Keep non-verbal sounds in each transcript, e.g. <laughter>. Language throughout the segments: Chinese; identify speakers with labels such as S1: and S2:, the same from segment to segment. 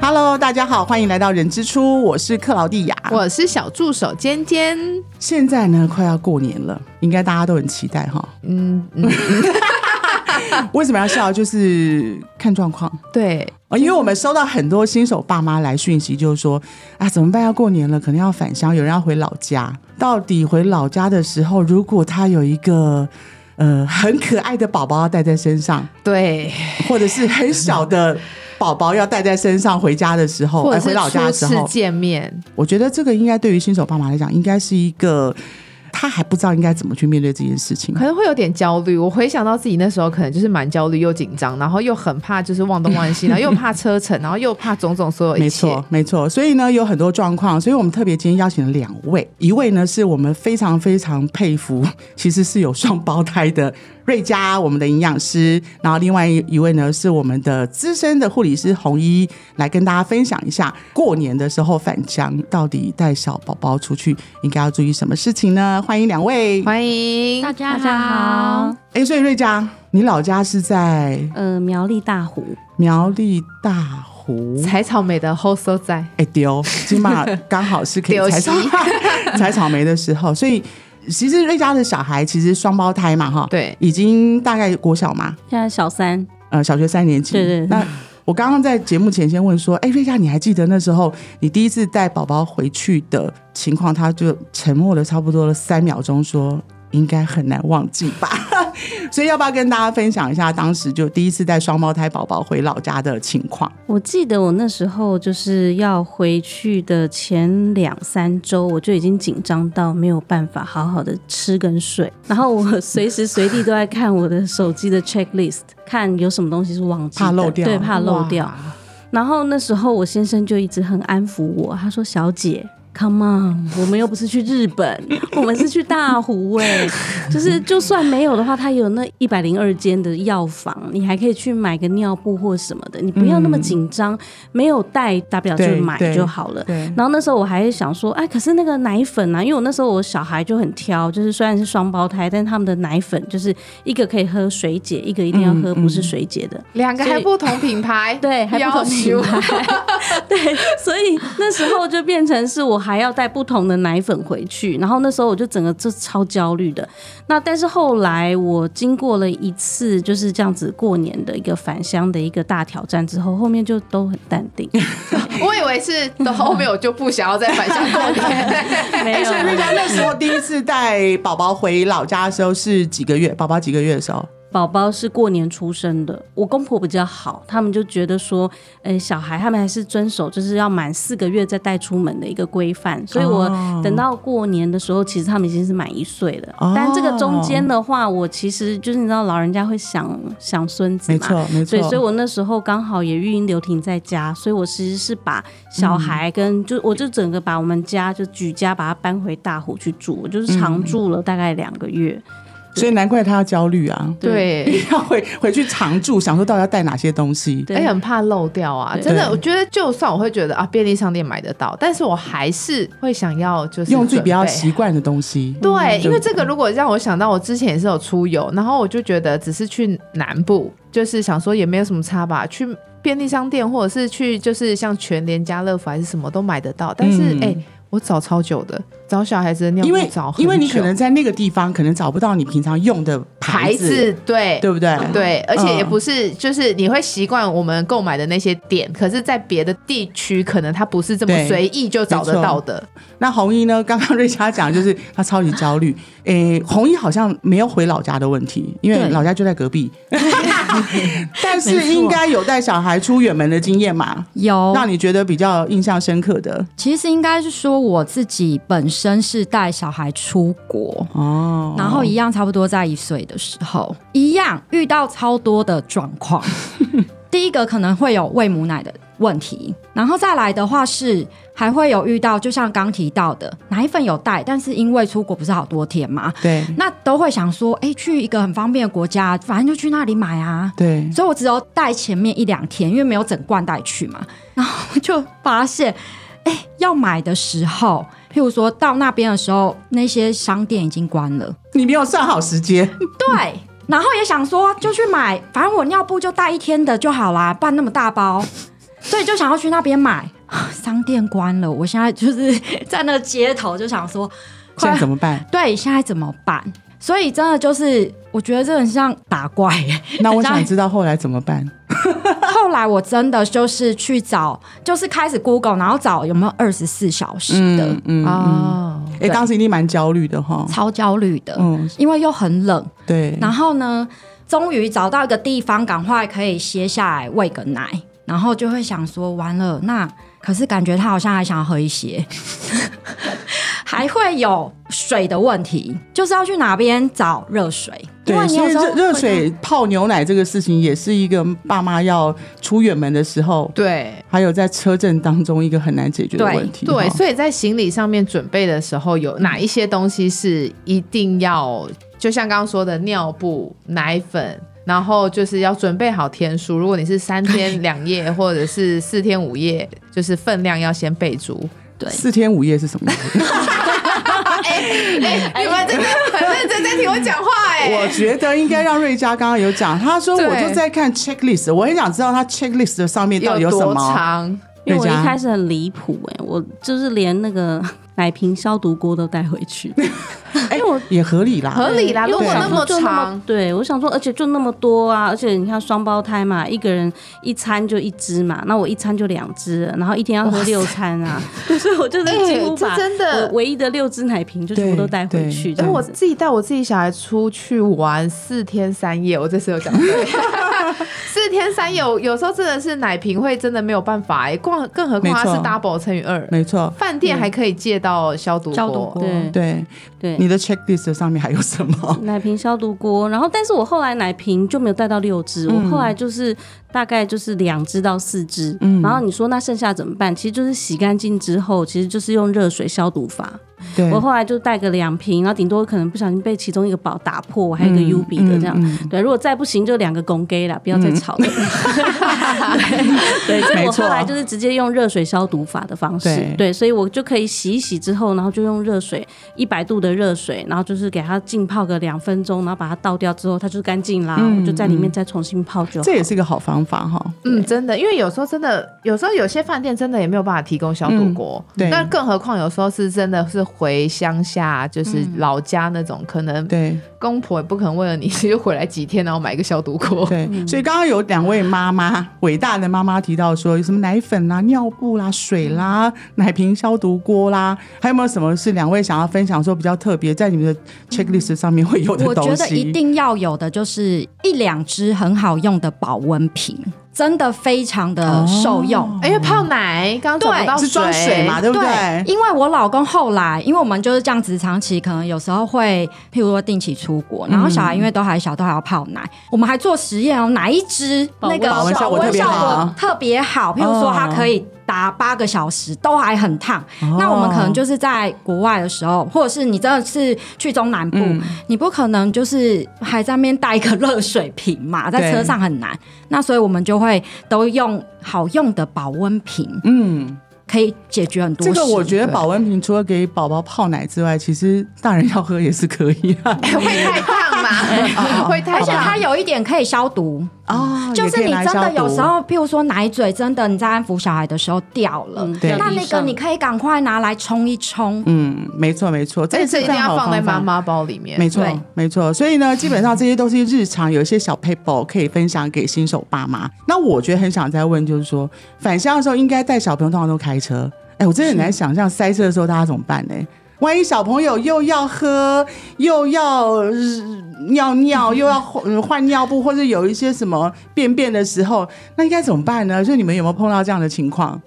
S1: Hello，大家好，欢迎来到人之初，我是克劳蒂亚。
S2: 我是小助手尖尖，
S1: 现在呢，快要过年了，应该大家都很期待哈。
S2: 嗯，嗯
S1: <laughs> 为什么要笑？就是看状况
S2: 对，
S1: 啊，因为我们收到很多新手爸妈来讯息，就是说啊，怎么办？要过年了，可能要返乡，有人要回老家。到底回老家的时候，如果他有一个呃很可爱的宝宝要带在身上，
S2: 对，
S1: 或者是很小的宝宝要带在身上，回家的时候，
S2: <laughs> 或
S1: 哎，
S2: 者是
S1: 回老家的时
S2: 初次
S1: 候，
S2: 见面，
S1: 我觉得这个应该对于新手爸妈来讲，应该是一个他还不知道应该怎么去面对这件事情
S2: 可。能会有点焦虑。我回想到自己那时候，可能就是蛮焦虑又紧张，然后又很怕就是忘东
S1: <laughs>
S2: 忘西，然后又怕车程，然后又怕种种所有
S1: 没
S2: 一切。
S1: 错，没错。所以呢，有很多状况，所以我们特别今天邀请了两位，一位呢是我们非常非常佩服，其实是有双胞胎的瑞佳，我们的营养师，然后另外一位呢是我们的资深的护理师红衣，来跟大家分享一下过年的时候返乡到底带小宝宝出去应该要注意什么事情呢？欢迎两位。
S2: 欢迎
S3: 嗯大家好，
S1: 哎，所以瑞佳，你老家是在
S3: 呃，苗栗大湖，
S1: 苗栗大湖。
S2: 采草莓的后收在，
S1: 哎丢，起码刚好是可以
S2: 丢
S1: 采草 <laughs> 采草莓的时候，所以其实瑞佳的小孩其实双胞胎嘛，哈，，
S2: 对，
S1: 已经大概国小嘛，
S3: 现在小三，
S1: 呃，小学三年级。
S3: 对对对
S1: 那我刚刚在节目前先问说，哎，瑞佳，你还记得那时候你第一次带宝宝回去的情况？他就沉默了差不多了三秒钟，说应该很难忘记吧。 <laughs> 所以要不要跟大家分享一下当时就第一次带双胞胎宝宝回老家的情况？
S3: 我记得我那时候就是要回去的前两三周，我就已经紧张到没有办法好好的吃跟睡，然后我随时随地都在看我的手机的 checklist，看有什么东西是忘记的，
S1: 怕漏掉
S3: 对，怕漏
S2: 哇
S3: 掉。然后那时候我先生就一直很安抚我，他说：“小姐，Come on，我们又不是去日
S1: <laughs>
S3: 本，我们是去大湖哎、就是就算没有的话，他有那一百零二间的药房，你还可以去买个尿布或什么的，你不要那么紧张，没有带大不了就
S1: 对
S3: 买
S1: 对
S3: 就好了。”
S1: 嗯对，
S3: 然后那时候我还想说，哎，可是那个奶粉啊，因为我那时候我小孩就很挑，就是虽然是双胞胎，但是他们的奶粉就是一个可以喝水解，一个一定要喝
S1: 嗯嗯
S3: 不是水解的。
S2: 两个
S3: 所以
S2: 还不同品牌，
S3: <laughs> 对，还不同品
S2: 要求
S3: 牌， <laughs> 对，所以那时候就变成是我还要带不同的奶粉回去，然后那时候我就整个就超焦虑的。那但是后来我经过了一次就是这样子过年的一个返乡的一个大挑战之后，后面就都很淡定，
S2: <laughs> 我以为是到后面我就不想要再返
S3: <laughs>
S2: 乡过年，
S3: 没
S1: 哎，
S3: 有
S1: 所以瑞佳那时候第一次带宝宝回老家的时候是几个月？宝宝几个月的时候？
S3: 宝宝是过年出生的，我公婆比较好，他们就觉得说，呃，小孩他们还是遵守就是要满四个月再带出门的一个规范，所以我
S1: 哦
S3: 等到过年的时候，其实他们已经是满一岁了。
S1: 哦
S3: 但这个中间的话，我其实就是你知道老人家会想想孙子
S1: 没
S3: 嘛，
S1: 错，没
S3: 对，所以
S1: 错。
S3: 我那时候刚好也育婴留停在家，所以我其实是把小孩
S1: 嗯
S3: 跟、就我就整个把我们家就举家把它搬回大湖去住，我就是
S1: 嗯
S3: 常住了大概两个月。
S1: 所以难怪他要焦虑啊， <laughs>
S2: 对。
S1: 要回回去常住，想说到底要带哪些东西。
S3: 对
S2: 哎、很怕漏掉啊！真的，
S1: 对
S2: 我觉得就算我会觉得啊，便利商店买得到，但是我还是会想要就是
S1: 用自己
S2: 准
S1: 比较
S2: 备啊
S1: 习惯嗯的东西，
S2: 对，
S1: 就
S2: 因为这个如果让我想到我之前也是有出游，然后我就觉得只是去南部，就是想说也没有什么差吧，去便利商店或者是去就是像全联、家乐福还是什么都买得到，但是哎、
S1: 嗯
S2: 我找超久的，找小孩子的尿
S1: 因
S2: 布
S1: 为
S2: 找很久，
S1: 因为你可能在那个地方可能找不到你平常用的
S2: 牌
S1: 子，
S2: 子对
S1: 对不对？
S2: 对，而且也
S1: 嗯
S2: 不是，就是你会习惯我们购买的那些点，可是，在别的地区可能它不是这么
S1: 对
S2: 随意就找得到的。
S1: 那红衣呢？刚刚瑞佳讲就是她超级焦虑，诶，红衣好像没有回老家的问题，因为
S3: 对
S1: 老家就在隔壁， <laughs> 但
S3: 没
S1: 是
S3: 错
S1: 应该有带小孩出远门的经验嘛？
S4: 有，
S1: 让你觉得比较印象深刻的
S4: 其实应该是说我自己本身是带小孩出国，
S1: 哦
S4: 然后一样差不多在一岁的时候，一样遇到超多的状况。第一个可能会有喂母奶的问题，然后再来的话是还会有遇到，就像刚提到的奶粉有带，但是因为出国不是好多天嘛，
S1: 对
S4: 那都会想说，哎，去一个很方便的国家，反正就去那里买啊。
S1: 对，
S4: <laughs> 所以我只有带前面一两天，因为没有整罐带去嘛，然后就发现，哎、要买的时候，譬如说到那边的时候，那些商店已经关了，
S1: 你没有算好时间，
S4: 对。
S1: 嗯
S4: 然后也想说，就去买，反正我尿布就带一天的就好啦，办那么大包，所以就想要去那边买。 <laughs> 商店关了，我现在就是 <laughs> 在那个街头，就想说，
S1: 现在怎么办？
S4: 对，现在怎么办？所以真的就是，我觉得这很像打怪、
S1: 那我想
S4: 很像
S1: 知道后来怎么办？
S4: 后来我真的就是去找，就是开始 Google，然后找有没有二十四小时的，
S1: 嗯嗯嗯，
S2: 哦，
S1: 哎、当时一定蛮焦虑的哈。
S4: 超焦虑的，
S1: 嗯，
S4: 因为又很冷。
S1: 对，
S4: 然后呢，终于找到一个地方，赶快可以歇下来喂个奶，然后就会想说，完了，那可是感觉他好像还想要喝一些， <laughs> 还会有水的问题，就是要去哪边找热水。
S1: 对
S4: 因为，你
S1: 所
S4: 有
S1: 以
S4: 时候
S1: 热热
S4: 会
S1: 水泡牛奶这个事情，也是一个爸妈要出远门的时候，
S2: 对
S1: 还有在车阵当中一个很难解决的
S4: 对
S1: 问题。
S2: 对，
S1: 哈
S2: 所以在行李上面准备的时候，有哪一些东西是一定要，就像刚刚说的尿布、奶粉。然后就是要准备好天数，如果你是三天两夜或者是四天五夜，就是分量要先备足。
S1: <laughs>
S4: 对
S1: 四天五夜是什么意思？
S2: 哎、 <laughs> 你们真的很认真在听我讲话哎、
S1: 我觉得应该让瑞佳刚刚有讲，她说
S2: 对
S1: 我就在看 checklist，我很想知道她 checklist 的上面到底什
S2: 多
S1: 么。
S2: 长？
S3: 因为我
S1: 瑞佳
S3: 一开始很离谱哎，我就是连那个 <laughs> 奶瓶消毒锅都带回
S2: <laughs>
S3: 去，
S1: 哎，也合理啦，
S2: 合理啦，
S3: 因
S2: 如
S3: 为
S2: 果
S3: 我
S2: 那
S3: 想
S2: 么
S3: 说就那
S2: 长
S3: 么，对我想说，而且就那么多啊，而且你看双胞胎嘛，一个人一餐就一只嘛，那我一餐就两只了，然后一天要喝六
S2: <laughs>
S3: 餐啊，对， <laughs> 所以我就是几乎
S2: 这
S3: 把
S2: 真的哎
S3: 我唯一的六只奶瓶就全部都带回去，这
S2: 因为
S3: 样
S2: 我
S3: 子。
S2: 自己带我自己小孩出去玩四天三夜，我这次有讲对， <laughs> 四天三夜，有有时候真的是奶瓶会真的没有办法哎、逛，更何况
S1: 没
S2: 它
S1: 错
S2: 是 double 乘以二，
S1: 没错。
S2: 饭店还可以借到消毒
S4: 消毒锅
S2: 锅，
S3: 对
S1: 对，
S3: 对
S1: 你的 checklist 上面还有什么？
S3: <laughs> 奶瓶消毒锅，然后但是我后来奶瓶就没有带到六只，我后来就是大概就是两只到四只，然后你说那剩下怎么办？其实就是洗干净之后，其实就是用热水消毒法，
S1: 对，
S3: 我后来就带个两瓶，然后顶多可能不小心被其中一个宝打破，我还有一个
S1: 嗯
S3: U 比的这样。对，如果再不行就两个公 gay 啦，不要再吵了。 <laughs> 对，所以
S1: 嗯没
S3: 我
S1: 错
S3: 后来就是直接用热水消毒法的方式，
S1: 对
S3: 对所以我就可以洗一洗之后，然后就用热水一百度的热水，然后就是给它浸泡个两分钟，然后把它倒掉之后，它就干净啦，我就在里面再重新泡就好。
S1: 嗯这也是一个好方法哈。
S2: 嗯，真的，因为有时候真的，有时候有些饭店真的也没有办法提供消毒锅，
S1: 嗯对
S2: 那更何况有时候是真的是回乡下，就是老家那种，可能
S1: 对
S2: 公婆也不可能为了你 <laughs> 就回来几天，然后买一个消毒锅，
S1: 对，所以刚刚有两位妈妈，伟大的妈妈提到说，有什么奶粉啦、尿布啦、水啦、奶瓶消毒锅啦，还有没有什么是两位想要分享说比较特别，在你们的 checklist 上面会有的
S4: 我
S1: 东
S4: 觉
S1: 西？
S4: 得一定要有的就是一两支很好用的保温瓶，真的非常
S1: 哦
S4: 的受用。
S2: 因为泡奶刚刚找不
S4: 哦对
S2: 到
S1: 是装水
S2: <laughs>
S1: 嘛，对不对？
S4: 因为我老公后来，因为我们就是这样子，长期可能有时候会，譬如说定期出国，
S1: 嗯
S4: 然后小孩因为都还小，都还要泡奶，我们还做实验哦，哪一支
S3: 保
S4: 那
S3: 温
S4: 个
S3: 保
S1: 温效果特别好
S4: 特别好，譬如说它可以。打八个小时都还很烫，
S1: 哦
S4: 那我们可能就是在国外的时候，或者是你真的是去中南部，
S1: 嗯
S4: 你不可能就是还在那边带一个热水瓶嘛，在
S1: 对
S4: 车上很难。那所以我们就会都用好用的保温瓶，
S1: 嗯，
S4: 可以解决很多
S1: 这
S4: 事。
S1: 个我觉得保温瓶除了给宝宝泡奶之外，其实大人要喝也是可以啊。
S2: 会太烫嘛， <laughs> 哦会太
S4: 而且它
S2: 烫。
S4: 有一点可以消毒，
S1: 哦，
S4: 就是
S1: 也可
S4: 你
S1: 以拿来
S4: 真
S1: 消
S4: 的
S1: 毒
S4: 有时，候，譬如说奶嘴真的你在安抚小孩的时候掉了，
S3: 嗯
S1: 对
S4: 那那个你可以赶快拿来冲一冲。
S1: 嗯，没错没错，这
S2: 而
S1: 也
S2: 且
S1: 是
S2: 这一定
S1: 非常
S2: 要
S1: 好的
S2: 放在
S1: 方
S2: 妈
S1: 法
S2: 妈包里面，
S1: 没错
S4: 对，
S1: 没错。所以呢，基本上这些都是日常，有一些小 paper 可以分享给新手爸妈。那我觉得很想再问，就是说返乡的时候应该带小朋友，通常都开车。哎，我真的很
S4: 嗯
S1: 难想象塞车的时候大家怎么办呢？万一小朋友又要喝，又要、呃尿尿，又要换呃换尿布，或者有一些什么便便的时候，那应该怎么办呢？就你们有没有碰到这样的情况？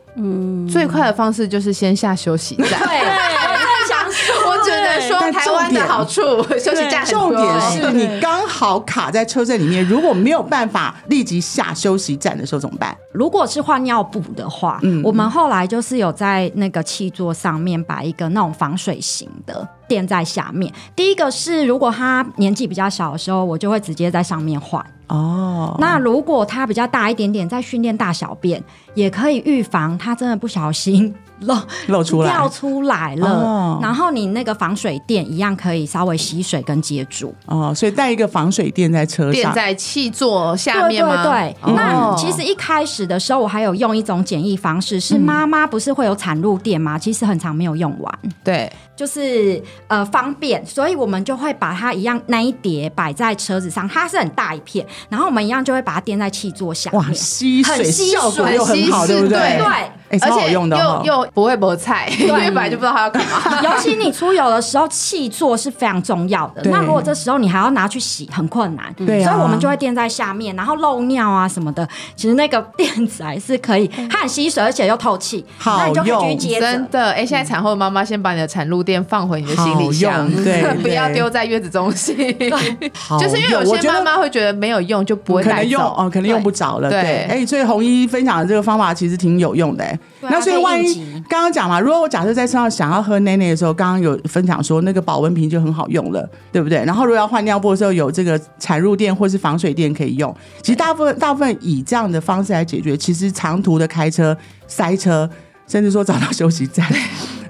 S2: 最快的方式就是先下休息站。
S4: 对，
S2: <laughs> 我只能说
S1: 但
S2: 台湾的好处，休息站很
S1: 重
S2: 多
S1: 点是你刚好卡在车站里面，如果没有办法立即下休息站的时候怎么办？
S4: 如果是换尿布的话，
S1: 嗯
S4: 我们后来就是有在那个气座上面摆一个那种防水型的垫在下面。第一个是如果他年纪比较小的时候，我就会直接在上面换。
S1: 哦，
S4: 那如果他比较大一点点，在训练大小便，也可以预防他真的不小心漏
S1: 露出来
S4: 掉出来了。
S1: 哦
S4: 然后你那个防水垫一样可以稍微吸水跟接住。
S1: 哦，所以带一个防水垫在车
S2: 垫
S1: 上，
S2: 在气座下面吗？
S4: 对对对。
S2: 哦
S4: 那其实一开始的时候，我还有用一种简易方式，
S1: 嗯
S4: 是妈妈不是会有产褥垫吗？其实很长没有用完。
S2: 对
S4: 就是呃方便，所以我们就会把它一样那一叠摆在车子上，它是很大一片，然后我们一样就会把它垫在气座下
S1: 哇，
S4: 面。
S1: 吸
S4: 很
S1: 水
S4: 吸
S1: 效果
S4: 水
S1: 又很好，
S2: 吸
S1: 对不
S2: 水
S1: 对？
S4: 对，
S1: 哎，
S2: 而
S1: 超好
S2: 且
S1: 用的哦，
S2: 又又不会磨菜，因为本来就不知道他要干
S4: <laughs>
S2: 嘛。
S4: 尤其你出游的时候，气座是非常重要的。
S1: 对
S4: 那如果这时候你还要拿去洗，很困难。
S1: 对啊
S4: 所以我们就会垫在下面，然后漏尿啊什么的，其实那个垫子还是可以，它很吸水，而且又透气，
S1: 好
S4: 那你就可以继续
S1: 用
S4: 接着
S2: 真。的，哎、现在产后的妈妈先把你的产褥垫放回你的行李
S1: 好
S2: 箱
S1: 用，对
S2: <laughs> 不要
S1: 对
S2: 丢在月子中心。
S1: <laughs> 好
S2: 就是因为
S1: 用
S2: 有
S1: 我
S2: 些
S1: 觉
S2: 妈
S1: 得
S2: 妈会觉得没有用就不会
S1: 可
S2: 带
S1: 能用
S2: 走
S1: 哦，可能用不着了。
S2: 对
S1: 对，哎，所以红衣分享的这个方法其实挺有用的。哎
S4: 对啊
S1: 那所以
S4: 可以
S1: 万
S4: 应
S1: 一
S4: 急
S1: 刚刚讲嘛，如果我假设在车上想要喝奶奶的时候，刚刚有分享说那个保温瓶就很好用了，对不对？然后如果要换尿布的时候，有这个产褥垫或是防水垫可以用。其实大部分大部分以这样的方式来解决，其实长途的开车、塞车，甚至说找到休息站。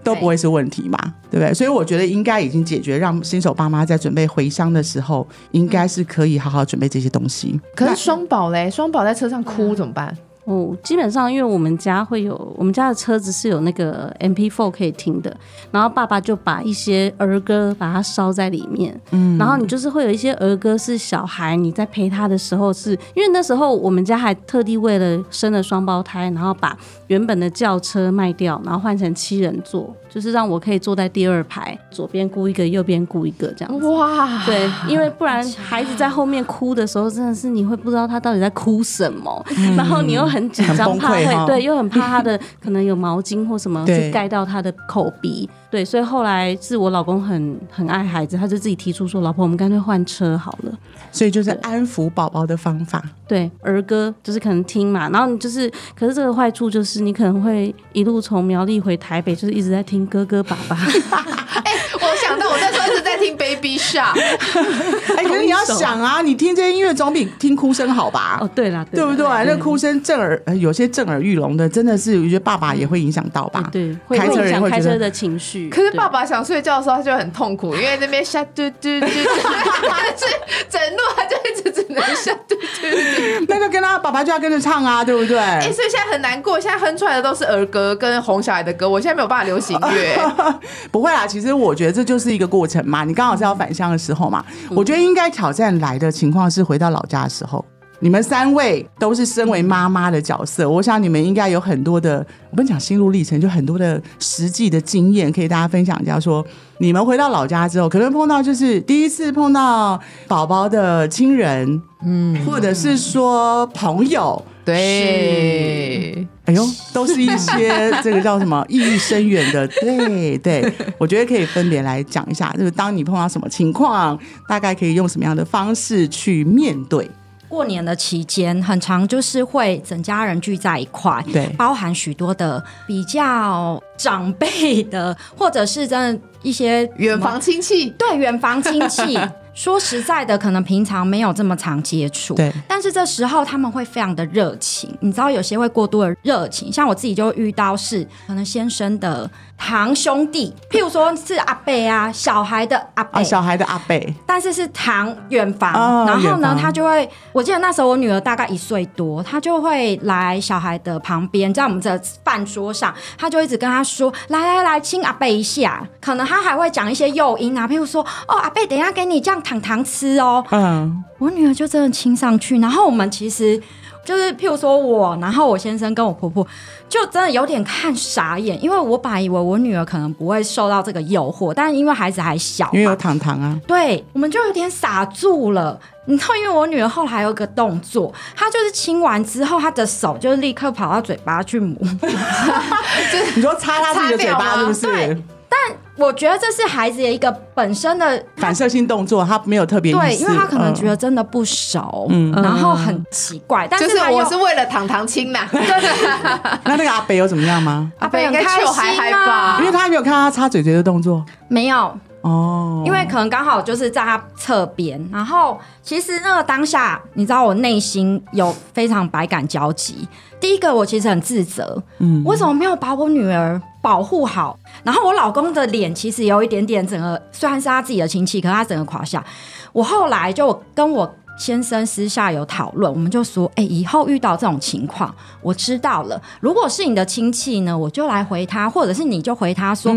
S1: 都不会是问题嘛，对不对？所以我觉得应该已经解决，让新手爸妈在准备回乡的时候，应该是可以好好准备这些东西。
S2: 可是双宝嘞，双宝在车上哭怎么办？
S3: 哦，基本上因为我们家会有，我们家的车子是有那个 MP4 可以听的，然后爸爸就把一些儿歌把它烧在里面，嗯，然后你就是会有一些儿歌是小孩你在陪他的时候是，因为那时候我们家还特地为了生了双胞胎，然后把原本的轿车卖掉，然后换成七人座，就是让我可以坐在第二排，左边雇一个，右边雇一个这样子。
S2: 哇，
S3: 对，因为不然孩子在后面哭的时候，真的是你会不知道他到底在哭什么，然后你又很紧
S1: 很崩
S3: 张，
S1: 溃
S3: 怕
S1: 哈
S3: 会对，又很怕他的可能有毛巾或什么
S1: 对
S3: 去盖到他的口鼻。对，所以后来是我老公很很爱孩子，他就自己提出说：“老婆，我们干脆换车好了。”
S1: 所以就是安抚宝宝的方法。
S3: 对儿歌就是可能听嘛，然后你就是，可是这个坏处就是你可能会一路从苗栗回台北，就是一直在听哥哥爸爸。
S2: 哎、我想到我那时候一直在听 Baby Shark，
S1: <laughs> 哎，可是你要想啊，你听这些音乐总比听哭声好吧？
S3: 哦，对啦，
S1: 对
S3: 啦
S1: 不对？那哭声震耳，呃有些震耳欲聋的，真的是我觉得爸爸也会影响到吧？
S3: 嗯对，会
S1: 开
S3: 会
S1: 车
S3: 影
S1: 人
S3: 响
S1: 会
S3: 开
S1: 觉
S3: 车
S1: 得。
S3: 的情绪。
S2: 可是
S3: 对
S2: 爸爸想睡觉的时候他就很痛苦，因为那边下嘟嘟嘟嘟，但是整路他就一直只能下嘟
S1: <laughs>
S2: 嘟嘟。
S1: 那就跟他爸爸就要跟着唱啊，对不对？
S2: 哎、所以现在很难过，现在哼出来的都是儿歌跟哄小孩的歌，我现在没有办法流行
S1: <laughs>
S2: 乐。 <laughs>
S1: 不会啦，啊其实我觉得这就是一个过程嘛。你刚好是要返乡的时候嘛，我觉得应该挑战来的情况是回到老家的时候。你们三位都是身为妈妈的角色，我想你们应该有很多的，我不讲心路历程，就很多的实际的经验可以大家分享一下说你们回到老家之后，可能碰到就是第一次碰到宝宝的亲人，嗯，或者是说朋友，
S2: 对，
S1: 哎呦， <laughs> 都是一些这个叫什
S4: <laughs>
S1: 么意义深远的，对对，我觉得可以分别来讲一下，就是当你碰到什么情况，大概可以用什么样的方式去面对。
S4: 过年的期间，很常就是会整家人聚在一块，
S1: 对
S4: 包含许多的比较长辈的，或者是真的一些
S2: 远房亲戚。
S4: 对远房亲
S1: <laughs>
S4: 戚。说实在的，可能平常没有这么常接触，
S1: 对
S4: 但是这时候他们会非常的热情，你知道有些会过度的热情，像我自己就遇到是可能先生的堂兄弟，譬如说是阿贝啊，小孩的阿贝、
S1: 啊，小孩的阿贝，
S4: 但是是堂远房，
S1: 哦
S4: 然后
S1: 远
S4: 呢
S1: 房，
S4: 他就会，我记得那时候我女儿大概一岁多，她就会来小孩的旁边，在我们的饭桌上，她就一直跟他说，来来来，亲阿贝一下，可能她还会讲一些诱因啊，譬如说，哦，阿贝，等一下给你这样糖糖吃哦，
S1: 嗯，
S4: 我女儿就真的亲上去，然后我们其实就是，譬如说我，然后我先生跟我婆婆，就真的有点看傻眼，因为我本来以为我女儿可能不会受到这个诱惑，但因为孩子还小嘛，
S1: 因为有糖糖
S4: <laughs>
S1: 啊，
S4: 对，我们就有点傻住了。你知道，因为我女儿后来有个动作，她就是亲完之后，她的手就立刻跑到嘴巴去抹。 <laughs>
S1: 你说擦他自己的嘴巴
S2: 擦
S1: 是
S2: 掉
S1: 不
S2: 吗
S1: 是？
S4: 我觉得这是孩子的一个本身的
S1: 反射性动作，他没有特别意
S4: 对，
S1: 思
S4: 因为他可能
S1: 嗯
S4: 觉得真的不熟，然后很奇怪，但
S2: 嗯就是是
S4: 他又
S2: 我是为了糖糖亲呐，对对，
S1: 那那个
S4: <laughs>
S1: 阿贝又怎么样吗？
S4: 阿
S2: 阿贝
S4: 贝
S2: 应
S4: 很
S2: 该
S4: 开
S2: 就还
S4: 心
S2: 还
S4: 啊
S2: 吧
S1: 因为他没有看到他擦嘴嘴的动作，
S4: 没有，
S1: 哦，
S4: 因为可能刚好就是在他侧边，然后其实那个当下，你知道我内心有非常百感交集。第一个，我其实很自责，
S1: 嗯
S4: 为什么没有把我女儿保护好？然后我老公的脸其实有一点点整个，虽然是他自己的亲戚，可是他整个垮下。我后来就我跟我先生私下有讨论，我们就说，哎、以后遇到这种情况，我知道了。如果是你的亲戚呢，我就来回他，或者是你就回他说，哎、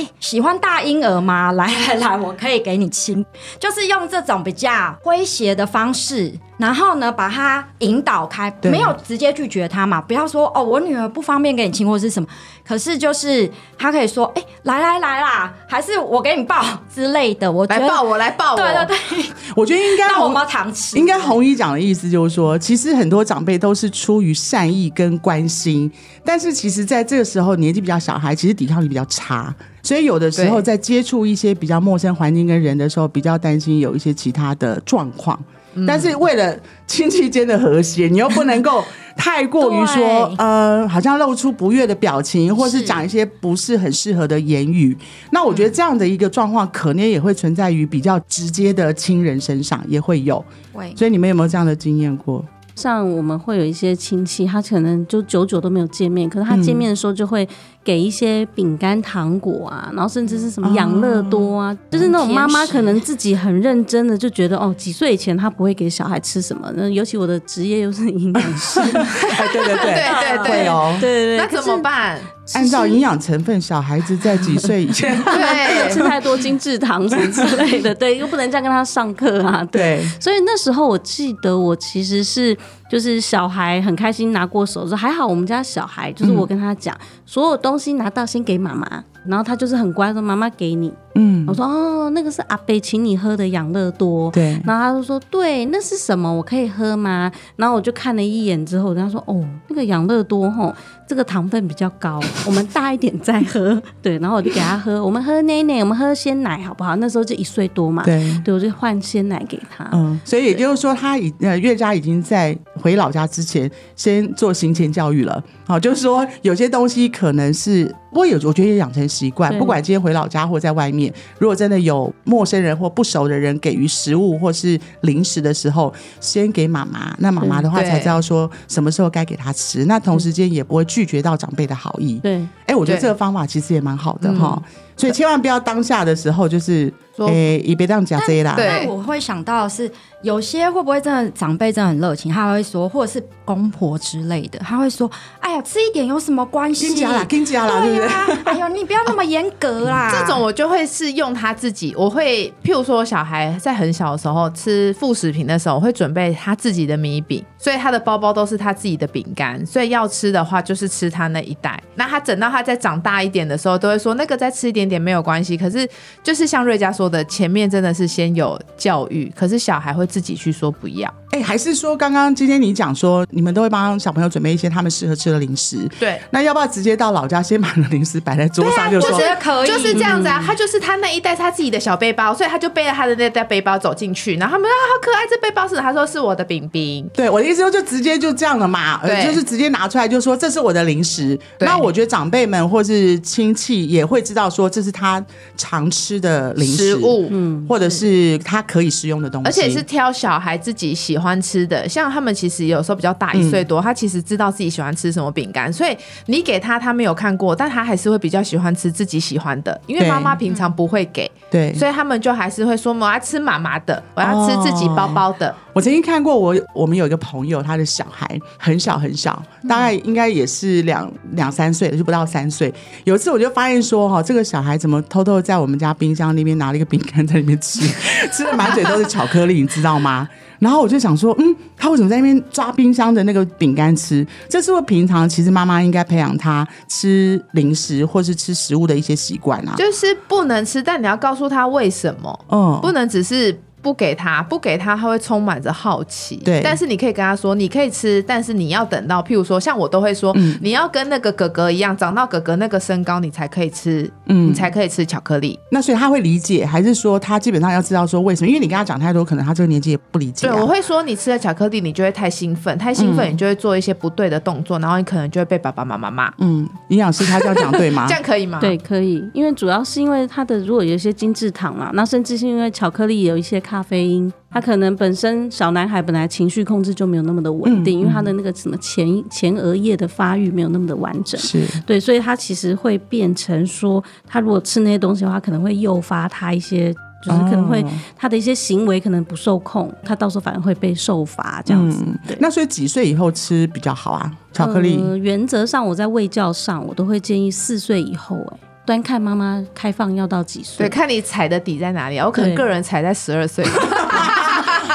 S2: 嗯
S4: 喜欢大婴儿吗？来来来，我可以给你亲，就是用这种比较哎诙谐的方式，然后呢，把他引导开，
S1: 对
S4: 没有直接拒绝他嘛，不要说哦，我女儿不方便给你亲或是什么，可是就是他可以说，哎、来来来啦，还是我给你抱之类的，我觉
S2: 来
S4: 得
S2: 抱。我，来抱我，
S4: 对对对，
S1: 我觉得应该
S4: 那我
S1: 红
S4: 们常吃，
S1: 应该红衣讲的意思就是说，其实很多长辈都是出于善意跟关心，但是其实在这个时候年纪比较小孩，其实抵抗力比较差，所以有的时候
S2: 对
S1: 在接触一些比较陌生环境跟人的时候，比较担心有一些其他的状况。但是为了亲戚间的和谐，你又不能够太过于说
S4: 对，
S1: 呃，好像露出不悦的表情，或是
S4: 是
S1: 讲一些不是很适合的言语。那我觉得这样的一个状况，可能也会存在于比较直接的亲人身上，也会有。
S4: 喂，
S1: 所以你们有没有这样的经验过？
S3: 像我们会有一些亲戚，他可能就久久都没有见面，可是他见面的时候就会给一些饼干、糖果啊，然后甚至是什么养乐
S2: 嗯
S3: 多啊，就是那种妈妈
S4: 甜食
S3: 可能自己很认真的就觉得哦，几岁以前她不会给小孩吃什么，那尤其我的职业又是营养
S2: <laughs>
S3: 师，
S1: 哎， <laughs> 对对对，
S2: 对对
S1: 会
S2: 对，
S1: 哦。
S3: 对对对，
S2: 哦那
S3: 可
S2: 怎
S3: 是
S2: 么办？
S1: 按照营养成分，小孩子在几岁以前？
S2: <laughs>
S3: 吃
S2: 对，
S3: 太多精致糖什么之类的，对，又不能这样跟他上课啊，对。
S1: <laughs> 对，
S3: 所以那时候我记得我其实是就是小孩很开心拿过手之后，还好我们家小孩就是我跟他讲、所有东西拿到先给妈妈，然后他就是很乖说妈妈给你，
S1: 嗯
S3: 我，说哦那个是阿贝请你喝的养乐多，
S1: 对，
S3: 然后他就说：“对，那是什么？我可以喝吗？”然后我就看了一眼之后，我跟他说：“哦，那个养乐多吼，这个糖分比较高，我们大一点再喝。” <laughs> 对，然后我就给他喝，我们喝奶奶，我们喝鲜奶好不好？那时候就一岁多嘛，
S1: 对，
S3: 对，我就换鲜奶给他。
S1: 嗯，所以也就是说，他已呃，岳家已经在回老家之前，先做行前教育了。好，就是说有些东西可能是，不过有我觉得也养成习惯，
S3: 对
S1: 不管今天回老家或在外面，如果真的有陌生人或不熟的人给予食物或是零食的时候，先给妈妈，那妈妈的话
S2: 对
S1: 才知道说什么时候该给她吃。那同时间也不会拒绝到长辈的好意。
S3: 对，
S1: 哎、我觉得
S2: 对
S1: 这个方法其实也蛮好的哈、所以千万不要当下的时候就是，
S2: 说
S1: 哎、也别这样讲这些啦。
S2: 对
S4: 但我会想到的是，有些会不会真的长辈真的很热情，他会说，或者是公婆之类的，他会说：“哎呀，吃一点有什么关系
S1: 跟？”家啦，跟家啦，对不对？
S4: 对呀、哎呦，你不要那么严格
S1: <laughs>
S4: 啦。
S2: 这种我就会是用他自己，我会譬如说小孩在很小的时候吃副食品的时候，我会准备他自己的米饼，所以他的包包都是他自己的饼干，所以要吃的话就是吃他那一袋。那他等到他再长大一点的时候，都会说那个再吃一点点没有关系。可是就是像瑞佳说的，前面真的是先有教育，可是小孩会自己去说不要。
S1: 哎、还是说刚刚今天你讲说，你们都会帮小朋友准备一些他们适合吃的零食，
S2: 对，啊
S1: 那要不要直接到老家先把那零食摆在桌上，就
S4: 我
S1: 说
S4: 觉得可以，
S2: 就是这样子啊，他就是他那一袋是他自己的小背包，所以他就背了他的那袋背包走进去，然后他们说啊好可爱，这背包是他说是我的饼饼，
S1: 对，我的意思就直接就这样了嘛，呃，
S2: 对
S1: 就是直接拿出来就说这是我的零食。
S2: 对
S1: 那我觉得长辈们或是亲戚也会知道说这是他常吃的零食
S2: 食物，
S1: 或者是他可以食用的东西，
S2: 而且是挑小孩自己喜欢吃的。像他们其实有时候比较大一岁
S1: 嗯
S2: 多，他其实知道自己喜欢吃什么饼干，所以你给他他没有看过，但他还是会比较喜欢吃自己喜欢的，因为
S1: 对
S2: 妈妈平常不会给，
S1: 对。
S2: 所以他们就还是会说我要吃妈妈的，我要吃自己
S1: 哦
S2: 包包的。
S1: 我曾经看过我我们有一个朋友，他的小孩很小很小，大概应该也是两两三岁，就不到三岁。有一次我就发现说，哈，这个小孩怎么偷偷在我们家冰箱那边拿了一个饼干在里面吃， <laughs> 吃的满嘴都是巧克力，你知道吗？然后我就想说，嗯，他为什么在那边抓冰箱的那个饼干吃？这是不是平常其实妈妈应该培养他吃零食或是吃食物的一些习惯啊？
S2: 就是不能吃，但你要告诉他为什么。
S1: 嗯，
S2: 不能只是不给他，不给他，他会充满着好奇。
S1: 对
S2: 但是你可以跟他说，你可以吃，但是你要等到，譬如说，像我都会说，
S1: 嗯
S2: 你要跟那个哥哥一样，长到哥哥那个身高，你才可以吃，
S1: 嗯
S2: 你才可以吃巧克力。
S1: 那所以他会理解，还是说他基本上要知道说为什么？因为你跟他讲太多，可能他这个年纪也不理解、啊。嗯
S2: 对，我会说你吃了巧克力，你就会太兴奋，太兴奋，你就会做一些不对的动作，然后你可能就会被爸爸妈妈骂。
S1: 嗯，营养师他这样讲啊对吗
S2: <laughs> 这？样可以吗？
S3: 对，，可以，因为主要是因为它的如果有一些精制糖嘛，那甚至是因为巧克力有一些咖啡因，他可能本身小男孩本来情绪控制就没有那么的稳定，因为他的那个什么前前额叶的发育没有那么的完整。
S1: 是，
S3: 对，所以他其实会变成说，他如果吃那些东西的话，可能会诱发他一些，就是可能会
S1: 哦
S3: 他的一些行为可能不受控，他到时候反而会被受罚这样子。
S1: 嗯
S3: 对，
S1: 那所以几岁以后吃比较好啊？巧克力，
S3: 呃原则上我在喂教上，我都会建议四岁以后、哎，端看妈妈开放要到几岁
S2: 对，。看你踩的底在哪里啊。我可能
S3: 对
S2: 个人踩在十二岁，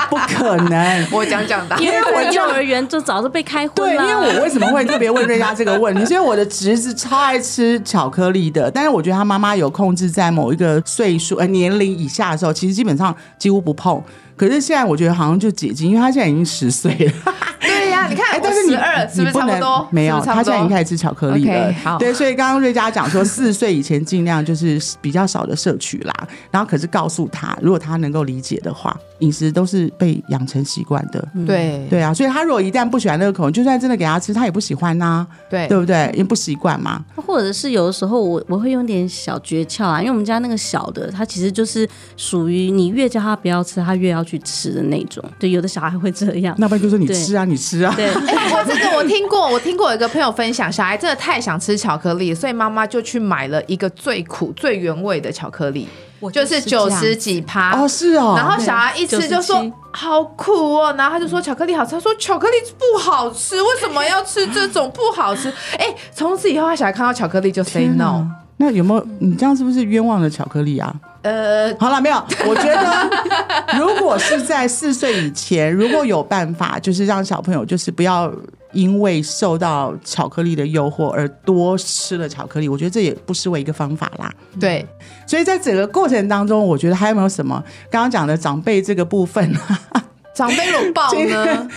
S1: 不可能。
S2: 我讲讲的。
S3: 因为我幼儿园就早就被开荤
S1: 对，因
S3: 了，
S1: 为我为什么会特别问瑞佳这个问题？是因为我的侄子超爱吃巧克力的，但是我觉得他妈妈有控制在某一个岁数呃年龄以下的时候，其实基本上几乎不碰。可是现在我觉得好像就解禁，因为他现在已经十岁了。
S2: 对呀、你看，
S1: 哎，但是
S2: 我
S1: 你
S2: 12是
S1: 你
S2: 不是差
S1: 能
S2: 不多？
S1: 没有，
S2: 是不是差
S1: 他
S2: 不
S1: 现在
S2: 多
S1: 已经开始吃巧克力了
S2: OK，。好
S1: 对，所以刚刚瑞佳讲说，四岁以前尽量就是比较少的摄取啦，然后可是告诉他，如果他能够理解的话，饮食都是被养成习惯的。
S2: 嗯对
S1: 对啊，所以他如果一旦不喜欢那个口味，就算真的给他吃，他也不喜欢呐、
S2: 对
S1: 对不对？因为不习惯嘛。
S3: 或者是有的时候我我会用点小诀窍啊，因为我们家那个小的，他其实就是属于你越叫他不要吃，他越要去吃的那种。对，有的小孩会这样。
S1: 那不然就说你吃啊，你吃啊。
S3: 对，
S2: 哎我这个我听过，我听过有一个朋友分享，小孩真的太想吃巧克力，所以妈妈就去买了一个最苦、最原味的巧克力，
S4: 我
S2: 就是
S4: 这样
S2: 九十几趴。
S1: 哦，是哦。
S2: 啊然后小孩一吃就说
S3: 97
S2: 好苦哦，然后他就说巧克力好吃，他说巧克力不好吃，为什么要吃这种不好吃？
S1: <laughs>
S2: 哎，从此以后他小孩看到巧克力就 say
S1: 天哪
S2: no。
S1: 那有没有你这样是不是冤枉了巧克力啊？
S2: 呃，
S1: 好
S2: <laughs>
S1: 了，没有。我觉得，如果是在四岁以前，如果有办法，就是让小朋友就是不要因为受到巧克力的诱惑而多吃了巧克力，我觉得这也不失为一个方法啦。
S2: 对，
S1: 所以在整个过程当中，我觉得还有没有什么刚刚讲的长辈这个部分
S2: <laughs>
S1: 啊？
S2: 长辈有爆
S1: <laughs>
S2: 呢，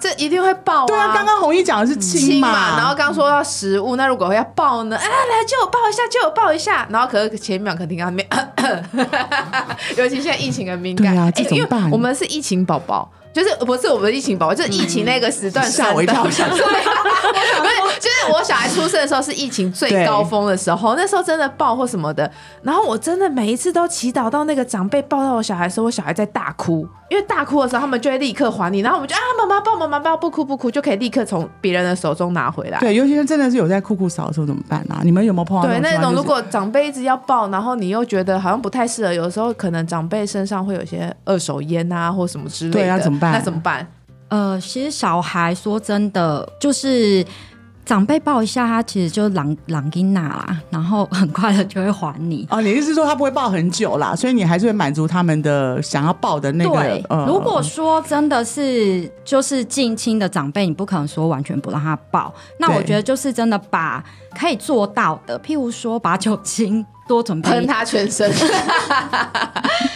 S2: 这一定会爆
S1: 对啊，刚刚红衣讲的是
S2: 亲
S1: 亲
S2: 嘛，然后刚说到食物，那如果要抱呢？哎，来借我抱一下，借我抱一下。然后可是前一秒可能听到没， <laughs> 尤其现在疫情很敏感，
S1: 对啊
S2: 哎
S1: 这怎么办
S2: 因为我们是疫情宝宝。就是不是我们疫情宝宝，就是疫情那个时段生的
S1: 吓我一跳吓我一
S2: <laughs> 对啊不是，就是我小孩出生的时候是疫情最
S1: 对
S2: 高峰的时候，那时候真的抱或什么的，然后我真的每一次都祈祷到那个长辈抱到我小孩的时候，我小孩在大哭，因为大哭的时候他们就会立刻还你，然后我们就啊妈妈抱妈妈抱不哭不哭就可以立刻从别人的手中拿回来。
S1: 对，尤其是真的是有在酷酷扫的时候怎么办啊？你们有没有碰到
S2: 对，那
S1: 情况
S2: 种
S1: 就是
S2: 如果长辈一直要抱，然后你又觉得好像不太适合，有时候可能长辈身上会有一些二手烟啊或什么之类的，
S1: 对啊怎么办
S2: 那怎么办？
S4: 呃，其实小孩说真的，就是长辈抱一下，他其实就朗朗金娜啦，然后很快的就会还
S1: <laughs>
S4: 你。
S1: 哦，你的意思是说他不会抱很久啦，所以你还是会满足他们的想要抱的那个。
S4: 对，
S1: 呃
S4: 如果说真的是就是近亲的长辈，你不可能说完全不让他抱。那
S1: 对
S4: 我觉得就是真的把可以做到的，譬如说把酒精多准备
S2: <laughs> 喷，他全身，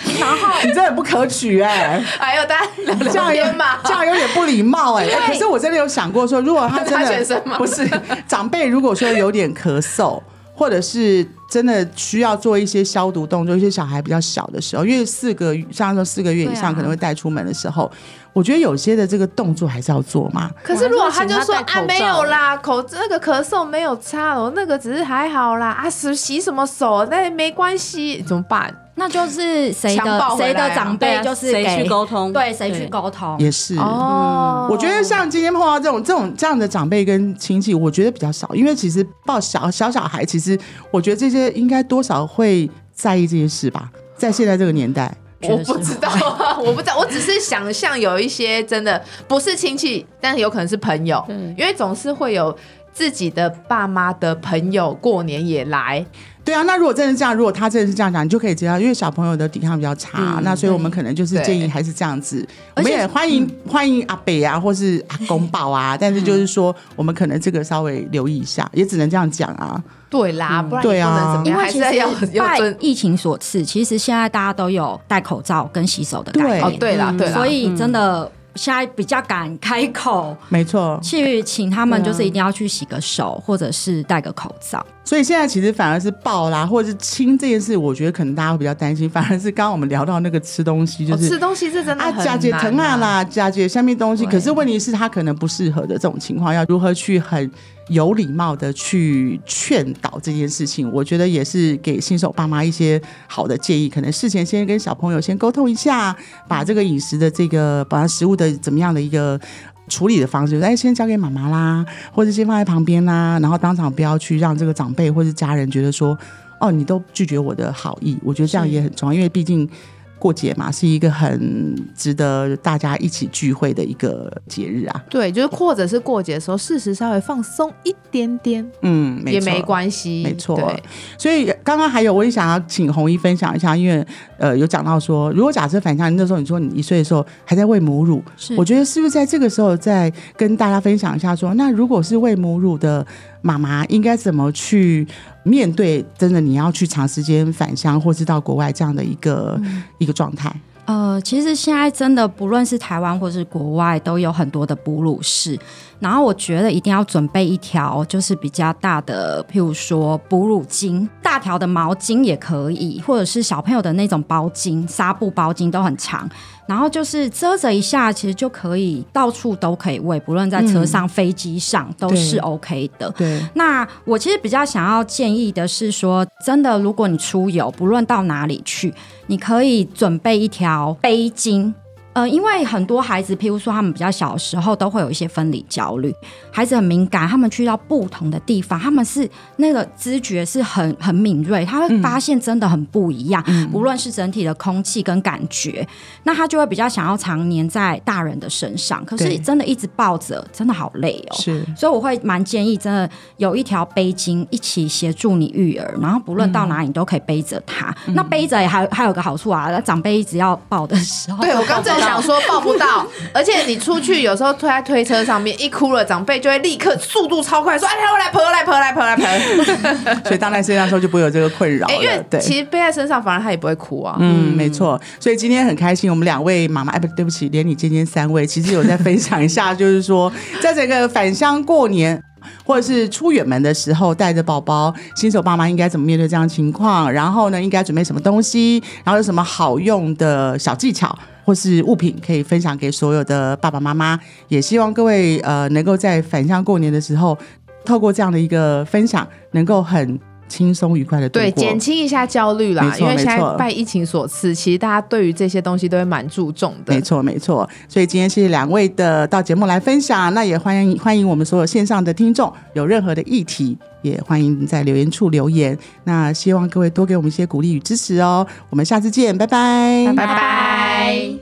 S1: 你真的很不可取哎、
S4: <laughs>
S2: 还有大家聊
S1: 这
S2: 聊
S1: 样有
S2: 天嘛，
S1: 这样有点不礼貌
S4: <laughs>
S1: 哎、哎可是我真的有想过说，如果他真
S2: 他全
S1: 的
S2: 身吗
S1: 不是长辈，如果说有点咳嗽，或者是真的需要做一些消毒动作，一些小孩比较小的时候，因为四个像说四个月以
S4: 对
S1: 上
S4: 啊
S1: 可能会带出门的时候，我觉得有些的这个动作还是要做嘛。
S2: 可是如果他就说
S3: 我还是
S2: 啊
S3: 会请他戴口罩
S2: 没有啦，口那个咳嗽没有差了，我那个只是还好啦啊，洗洗什么手那没关系，怎么办？
S4: 那就是谁
S2: 强
S4: 的
S2: 抱回
S4: 谁
S2: 来啊
S4: 的长
S3: 对
S4: 辈
S3: 啊
S4: 就是
S3: 谁
S4: 给
S3: 去沟通
S4: 对谁去
S3: 对
S4: 沟通，
S1: 也是
S2: 哦
S1: 我觉得像今天碰到这种这种这样的长辈跟亲戚，我觉得比较少，因为其实抱小小小孩，其实我觉得这些应该多少会在意这些事吧，在现在这个年代。
S3: 嗯
S2: 我不知道 <laughs> 啊，我不知道，我只是想象有一些真的不是亲戚，但是有可能是朋友，因为总是会有自己的爸妈的朋友过年也来，
S1: 对啊，那如果真的是这样，如果他真的是这样讲，你就可以知道，因为小朋友的抵抗比较差，那所以我们可能就是建议
S2: 对
S1: 还是这样子。我
S4: 而
S1: 们
S4: 且
S1: 也欢迎、欢迎阿北啊，或是阿公抱啊，但是就是说，我们可能这个稍微留意一下，也只能这样讲啊。
S2: 对啦，不然
S1: 对
S2: 也不
S1: 啊
S2: 能怎么
S4: 因
S2: 样，
S4: 为
S2: 还
S4: 其
S2: 是
S4: 实
S2: 要要
S4: 拜
S2: 尊
S4: 疫情所赐，其实现在大家都有戴口罩跟洗手的概
S2: 哦
S4: 念，，嗯
S2: 对啦，对嗯啦，
S4: 所以真的现在比较敢开口
S1: 没错，
S4: 去请他
S1: 啊
S4: 们，就是一定要去洗个手，或者是戴个口罩。
S1: 所以现在其实反而是抱啦，或者是亲这件事，我觉得可能大家会比较担心，反而是刚刚我们聊到那个吃东西，就
S2: 哦
S1: 是
S2: 吃东西是真的
S1: 啊，
S2: 很
S1: 佳姐
S2: 难
S1: 疼啊啦，佳姐下面东西，
S2: 对
S1: 可是问题是他可能不适合的这种情况，要如何去很有礼貌的去劝导这件事情？我觉得也是给新手爸妈一些好的建议，可能事前先跟小朋友先沟通一下，把这个饮食的这个，把食物的怎么样的一个。处理的方式，就是哎，先交给妈妈啦，或者先放在旁边啦，然后当场不要去让这个长辈或是家人觉得说，哦，你都拒绝我的好意，我觉得这样也很重要，因为毕竟过节嘛，是一个很值得大家一起聚会的一个节日啊。
S2: 对，就是或者是过节的时候，适时稍微放松一点点
S1: 嗯，
S2: 也
S1: 错
S2: 没关系，
S1: 没错
S2: 对
S1: 所以刚刚还有，我也想要请红衣分享一下，因为呃有讲到说，如果假设反向那时候你说你一岁的时候还在喂母乳，
S2: 嗯
S4: 是
S1: 我觉得是不是在这个时候再跟大家分享一下说，那如果是喂母乳的妈妈，应该怎么去面对？真的你要去长时间返乡，或是到国外这样的一个、
S2: 嗯
S1: 一个状态？
S4: 呃，其实现在真的不论是台湾或是国外，都有很多的哺乳室。然后我觉得一定要准备一条就是比较大的，譬如说哺乳巾，大条的毛巾也可以，或者是小朋友的那种包巾，纱布包巾都很长。然后就是遮着一下，其实就可以到处都可以喂，不论在车上、飞机上都是
S1: 对
S4: OK 的。
S2: <laughs>
S1: 对，
S4: 那我其实比较想要建议的是说，真的，如果你出游，不论到哪里去，你可以准备一条背巾。呃，因为很多孩子，譬如说他们比较小的时候，都会有一些分离焦虑，孩子很敏感，他们去到不同的地方，他们是那个知觉是很很敏锐，他会发现真的很不一样，无论是整体的空气跟感觉，那他就会比较想要常黏在大人的身上。可
S1: 对
S4: 是真的一直抱着，真的好累哦。
S1: 是
S4: 所以我会蛮建议，真的有一条背巾一起协助你育儿，然后不论
S2: 嗯
S4: 到哪里你都可以背着它。那背着也还还有个好处啊，那长辈一直要抱的时候，
S2: 对，我刚正想说抱不到， <laughs> 而且你出去有时候推在推车上面，一哭了，长辈就会立刻速度超快说：“哎，来我来婆，来婆，来
S1: <laughs>
S2: 婆，来婆。
S1: 所以当然身上时候就不会有这个困扰了。
S2: 哎，因为
S1: 对，
S2: 其实背在身上，反而他也不会哭啊。
S1: 嗯，没错。所以今天很开心，我们两位妈妈，哎，不对不起，连你今天三位，其实有在分享一下，就是说，在整个返乡过年。或者是出远门的时候，带着宝宝，新手爸妈应该怎么面对这样的情况？然后呢，应该准备什么东西？然后有什么好用的小技巧或是物品可以分享给所有的爸爸妈妈？也希望各位呃，能够在返乡过年的时候，透过这样的一个分享，能够很轻松愉快的度
S2: 对，
S1: 过
S2: 减。轻一下焦虑
S1: 没
S2: 啦，
S1: 错
S2: 因为现在
S1: 没错
S2: 拜疫情所赐，其实大家对于这些东西都会蛮注重的
S1: 没。错，没错。所以今天谢谢两位的到节目来分享，那也欢迎欢迎我们所有线上的听众，有任何的议题，也欢迎在留言处留言。那希望各位多给我们一些鼓励与支持哦。我们下次见，拜拜，
S2: 拜拜。